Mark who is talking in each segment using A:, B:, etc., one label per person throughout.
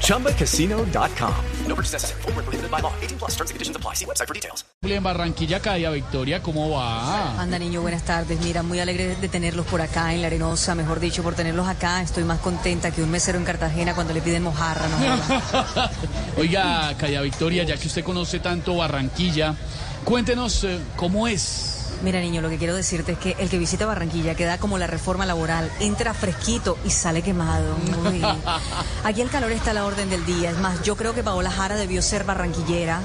A: ChumbaCasino.com. No purchase necessary. Void where prohibited by law. 18 plus terms and conditions apply. See website for details.
B: En Barranquilla Calle Victoria, ¿cómo va?
C: Anda niño, buenas tardes. Mira, muy alegre de tenerlos por acá en la arenosa, mejor dicho, por tenerlos acá. Estoy más contenta que un mesero en Cartagena cuando le piden mojarra. ¿no?
B: Oiga, Calle Victoria, ya que usted conoce tanto Barranquilla, cuéntenos eh, cómo es.
C: Mira niño, lo que quiero decirte es que el que visita Barranquilla queda como la reforma laboral, entra fresquito y sale quemado. Uy. Aquí el calor está a la orden del día. Es más, yo creo que Paola Jara debió ser barranquillera.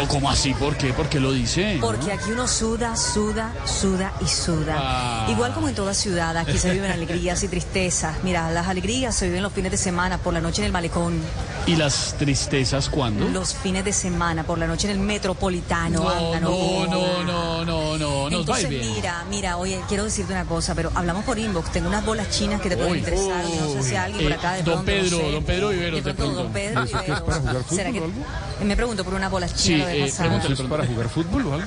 B: ¿O ¿Cómo así? ¿Por qué? ¿Por qué lo dice?
C: Porque aquí uno suda, suda, suda y suda.
B: Ah.
C: Igual como en toda ciudad, aquí se viven alegrías y tristezas. Mira, las alegrías se viven los fines de semana, por la noche en el malecón,
B: ¿Y las tristezas cuándo?
C: los fines de semana, por la noche en el metropolitano.
B: no,
C: anda,
B: no, no, no, no, no, nos va
C: Entonces,
B: y bien.
C: mira, mira, oye, quiero decirte una cosa, pero hablamos por inbox. Tengo unas bolas chinas que te pueden
B: Uy.
C: interesar. No sé si alguien por
B: Eh,
C: acá de
B: don
C: pronto, no
B: Pedro,
C: sé.
B: don Pedro Viveros,
C: De
B: te
C: pronto, don Pedro Viveros. ¿Será que- Me pregunto por unas bolas
B: Sí,
C: chinas. lo
B: eh,
C: dejas saber.
B: pregúntale, pregúntale.
D: jugar fútbol o algo?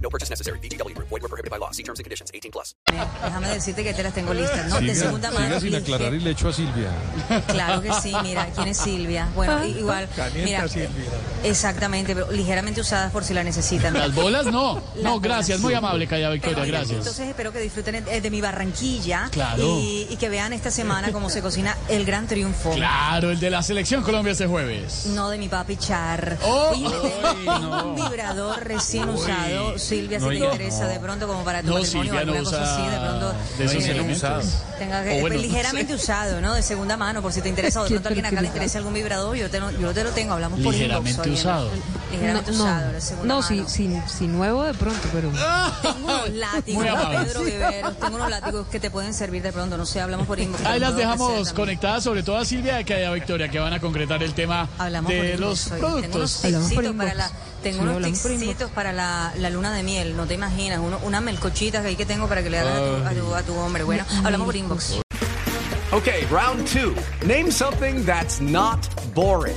A: No purchase necessary. VGW Group. Void where prohibited by law. See terms and conditions. 18 plus.
C: Déjame decirte que te las tengo listas, ¿no? De segunda
D: Siga,
C: mano.
D: siga sin
C: dije,
D: aclarar y le echo a Silvia.
C: Claro que sí, mira, ¿quién es Silvia?
B: Ah.
C: Bueno, i- igual.
D: Calienta
C: Mira,
D: Silvia.
C: exactamente, pero ligeramente usadas por si la necesitan.
B: Las bolas no. No,
C: bolas,
B: gracias, muy amable Calle Victoria,
C: Bueno,
B: gracias.
C: Entonces espero que disfruten eh, de mi Barranquilla
B: Claro.
C: y, y que vean esta semana cómo se cocina el gran triunfo.
B: Claro, el de la selección Colombia este jueves.
C: No de mi papi Char.
B: Oh.
C: Oye, te tengo un vibrador recién usado. Silvia, si
D: No,
C: te
D: diga,
C: interesa de pronto como para tu
B: No,
C: matrimonio o
B: Silvia no
C: alguna cosa así, de pronto.
B: usa de esos
C: oye,
B: elementos.
C: tenga que-
B: O bueno,
C: pues,
B: no sé.
C: ligeramente usado, ¿no? De segunda mano, por si te interesa o de pronto a alguien acá le interesa algún vibrador, yo te lo, yo te lo tengo, hablamos por
B: Ligeramente
C: inbox, oye,
B: usado.
C: Ligeramente usado, de segunda
E: no,
C: mano.
E: si, si, si nuevo de pronto, pero
C: Tengo unos látigos,
B: Muy amable.
C: Pedro Viveros, tengo unos látigos que te pueden servir de pronto, no sé, hablamos por inbox.
B: Ahí
C: pero
B: las
C: puedo
B: dejamos
C: ofrecer también.
B: conectadas, sobre todo a Silvia y a Calle Victoria, que van a concretar el tema
C: Hablamos por
B: de
C: inbox,
B: los
C: oye,
B: productos.
C: Tengo unos
E: Hablamos por
C: tipsitos para, la,
E: inbox.
C: tengo
E: Sí,
C: unos
E: hablamos por inbox.
C: tipsitos para la, la luna de miel, no te imaginas, uno- unas melcochitas que ahí que tengo para que le hagas a tu, a tu- a tu hombre. Bueno,
E: Mm.
C: hablamos por inbox.
A: Okay, round two. Name something that's not boring.